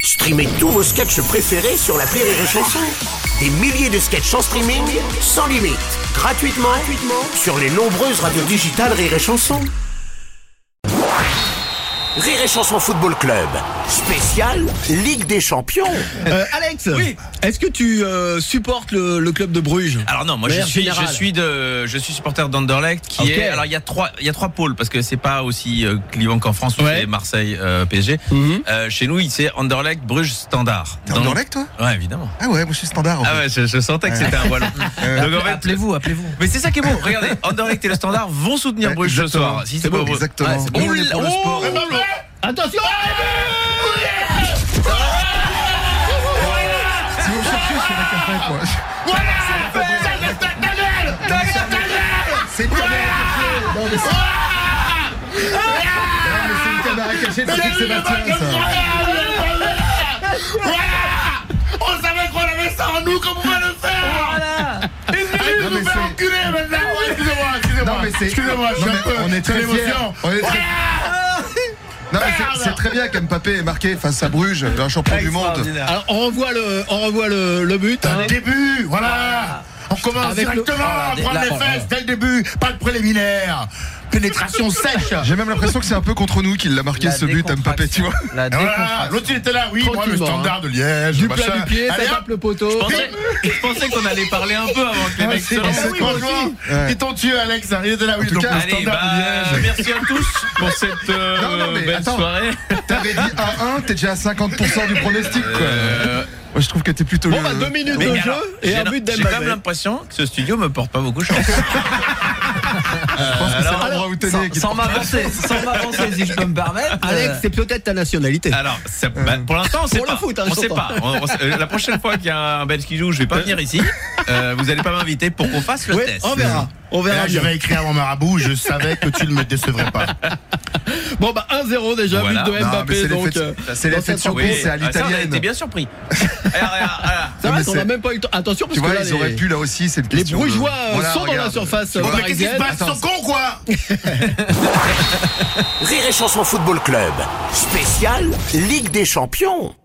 Streamez tous vos sketchs préférés sur la Rire et Chanson. Des milliers de sketchs en streaming, sans limite, gratuitement, gratuitement sur les nombreuses radios digitales Rire et Chanson. Rire et Chanson Football Club, spécial Ligue des Champions. Euh, Alex, est-ce que tu euh, supportes le, le club de Bruges Alors non, moi je Manière suis, générale. je suis de, je suis supporter d'Anderlecht qui Ok. est. Alors il y a trois, il y a trois pôles parce que c'est pas aussi euh, clivant qu'en France où Ouais. c'est Marseille, euh, PSG. Euh, chez nous, il- c'est Anderlecht, Bruges, Standard. T'es Dans- Anderlecht, toi Ouais, évidemment. Ah ouais, moi je suis standard. en Ah fait. ouais, je, je sentais que c'était un voile. Donc en fait, Appelez-vous, appelez-vous. mais c'est ça qui est beau. Regardez, Anderlecht et le Standard vont soutenir Ouais, Bruges ce exactement. soir. Si C'est pas beau, Bruges. exactement. Ouais, c'est beau. Nous, on est pour le Oh, sport. oh, oh, Si Attention vous me cherchez, je suis avec un frère, moi. C'est une caméra cachée. Non, mais c'est- Ah Non, mais c'est une caméra cachée de Patrick Sébastien, ça. On savait qu'on avait ça en nous, comment on va le faire Non, Vous mais me c'est- faites enculer maintenant Ah Ouais, Excusez-moi, excusez-moi Non, mais c'est- Excusez-moi, je suis Non, un mais peu on est très l'émotion. fiers. On est très- Non, mais c'est- c'est très bien qu'Mbappé ait marqué face à Bruges, un champion du monde. Alors, on revoit le, on revoit le, le but. hein. Dès le début, Ah. voilà On commence Avec le- directement à Voilà, prendre là, les voilà. fesses dès le début, pas de préliminaire Pénétration sèche J'ai même l'impression que c'est un peu contre nous qu'il l'a marqué ce but Mbappé, tu vois. La Et voilà, décontraction. L'autre il était là, oui, moi le Tranquillement, standard de Liège, Du machin. plat du pied, Allez, ça hop, tape le poteau. Je pensais- Je pensais qu'on allait parler un peu avant que les Ah, mecs c'est- se lancent. c'est- Oui, Moi franchement, Ouais. ils t'ont tué, Alex. hein, Il était là, oui, tout donc cas, le Allez, standard bah, de Liège. merci à tous pour cette euh, Non, non, mais belle attends. soirée. T'avais dit 1-1, t'es déjà à 50% du pronostic, quoi. Euh, Moi, je trouve que t'es plutôt. Bon, le- bah, deux minutes mais de alors, jeu et j'ai un la- but J'ai quand même d'Mbappé. l'impression que ce studio me porte pas beaucoup chance. Je pense que c'est l'endroit où t'es né. Sans, qui- sans m'avancer, sans m'avancer si je peux me permettre. Alex, c'est peut-être ta nationalité. Alors, ça- bah, pour l'instant, on sait Pour le pas. foot, hein, on sait j'entends. pas. On- on sait- euh, la prochaine fois qu'il y a un Belge qui joue, je vais pas venir ici. Euh, vous allez pas m'inviter pour qu'on fasse le Oui, test. on verra. On Et là, verra bien. j'avais écrit à mon marabout, je savais que tu ne me décevrais pas. Bon, bah 1-0 déjà, Voilà. but Non, de mais Mbappé. c'est donc, l'effet de- euh, c'est dans l'effet de cette surprise, rencontre. c'est à Ah, ça, on a l'italienne. été bien surpris. Alors, alors, alors. Ça Non, va, mais on n'a c'est- même pas eu le temps. Attention, parce Tu que vois, là, ils auraient pu là aussi, c'est une les question de- Brugeois euh, Voilà, sont dans la regarde. bah, surface. euh, Bon, mais qu'est-ce qui se parisienne. passe Attends. Son con, quoi Rire et Chanson Football Club, spécial Ligue des Champions.